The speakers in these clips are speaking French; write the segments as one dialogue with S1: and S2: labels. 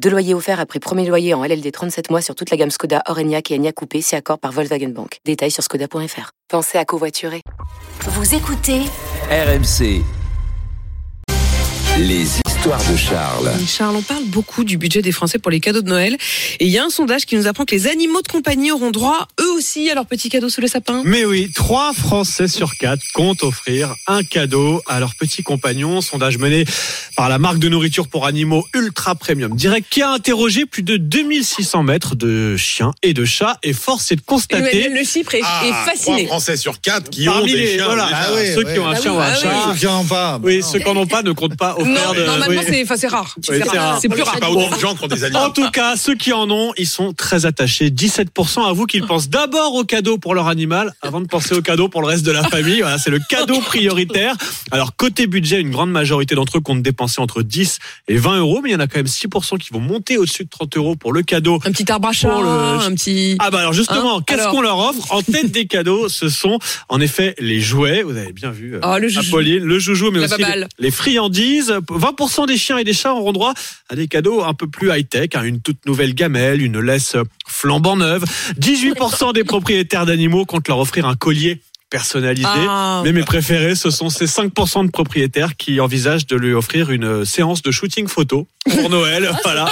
S1: Deux loyers offerts après premier loyer en LLD 37 mois sur toute la gamme Skoda, Orenia et Enya Coupé, si accord par Volkswagen Bank. Détails sur skoda.fr. Pensez à covoiturer.
S2: Vous écoutez
S3: RMC. Les histoires de Charles.
S4: Et Charles, on parle beaucoup du budget des Français pour les cadeaux de Noël. Et il y a un sondage qui nous apprend que les animaux de compagnie auront droit, eux aussi, à leur petit cadeau sous le sapin.
S5: Mais oui, trois Français sur quatre comptent offrir un cadeau à leur petit compagnon. Sondage mené par la marque de nourriture pour animaux Ultra Premium Direct qui a interrogé plus de 2600 mètres de chiens et de chats. Et force est de constater.
S4: Emmanuel Le Chypre est,
S6: Ah,
S4: est
S6: trois
S4: fasciné.
S6: Français sur 4 qui ont
S5: Parmi
S6: des
S5: les-
S6: chiens.
S5: voilà,
S6: ou des chats.
S5: ah ouais, ceux qui ont un
S4: Ah oui,
S5: chien ou un
S4: ah oui.
S5: chat.
S6: Bien pas.
S5: Oui, ceux qui n'en ont pas ne comptent pas offert
S4: Non,
S5: de.
S4: normalement,
S5: oui.
S4: c'est enfin, c'est rare.
S5: Oui, c'est rare.
S4: C'est plus
S6: Je sais
S4: rare.
S6: pas autant de gens qui ont des
S5: En
S6: animaux.
S5: tout cas, ceux qui en ont, ils sont très attachés. 17% avouent qu'ils pensent d'abord au cadeau pour leur animal avant de penser au cadeau pour le reste de la famille. Voilà, c'est le cadeau prioritaire. Alors, côté budget, une grande majorité d'entre eux comptent dépenser entre 10 et 20 euros, mais il y en a quand même 6% qui vont monter au-dessus de 30 euros pour le cadeau.
S4: Un petit arbre à chat,
S5: Pour le-
S4: un petit.
S5: Ah bah alors justement,
S4: Hein
S5: qu'est-ce
S4: Alors
S5: qu'on leur offre En tête des cadeaux, ce sont en effet les jouets, vous avez bien vu. euh,
S4: Ah, le joujou.
S5: Apolline, le joujou, mais
S4: La
S5: aussi les,
S4: baballe.
S5: les friandises. 20% des chiens et des chats auront droit à des cadeaux un peu plus high-tech, hein, une toute nouvelle gamelle, une laisse flambant neuve. 18% des propriétaires d'animaux comptent leur offrir un collier personnalisé.
S4: Ah.
S5: Mais mes préférés, ce sont ces 5% de propriétaires qui envisagent de lui offrir une euh, séance de shooting photo pour Noël. voilà.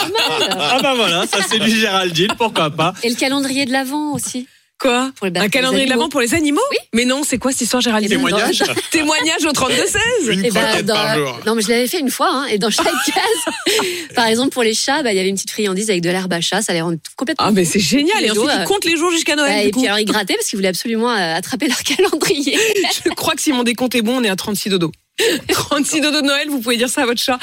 S5: Ah bah voilà, ça c'est du Géraldine, pourquoi pas.
S7: Et le calendrier de l'avant aussi.
S4: Quoi
S7: Pour les- pour
S4: Un
S7: les
S4: calendrier de
S7: animaux.
S4: l'avant pour les animaux
S7: Oui.
S4: Mais non, c'est quoi cette histoire, Géraldine
S6: Témoignage
S4: Témoignage au 32-16
S6: Une
S7: Eh ben,
S6: croquette
S7: dans-
S6: par jour.
S7: Non, mais je l'avais fait une fois, hein, et dans chaque case, par exemple pour les chats, bah, il y avait une petite friandise avec de l'herbe à chat, ça les rend tout- complètement.
S4: Ah, mais c'est génial. Et
S7: Les
S4: ensuite,
S7: doigts.
S4: ils comptent les jours jusqu'à
S7: Bah,
S4: Noël.
S7: et
S4: Ah du coup.
S7: puis alors ils grattaient parce qu'ils voulaient absolument euh, attraper leur calendrier.
S4: Je crois que si mon décompte est bon, on est à 36 dodo. 36 dodo de Noël, vous pouvez dire ça à votre chat.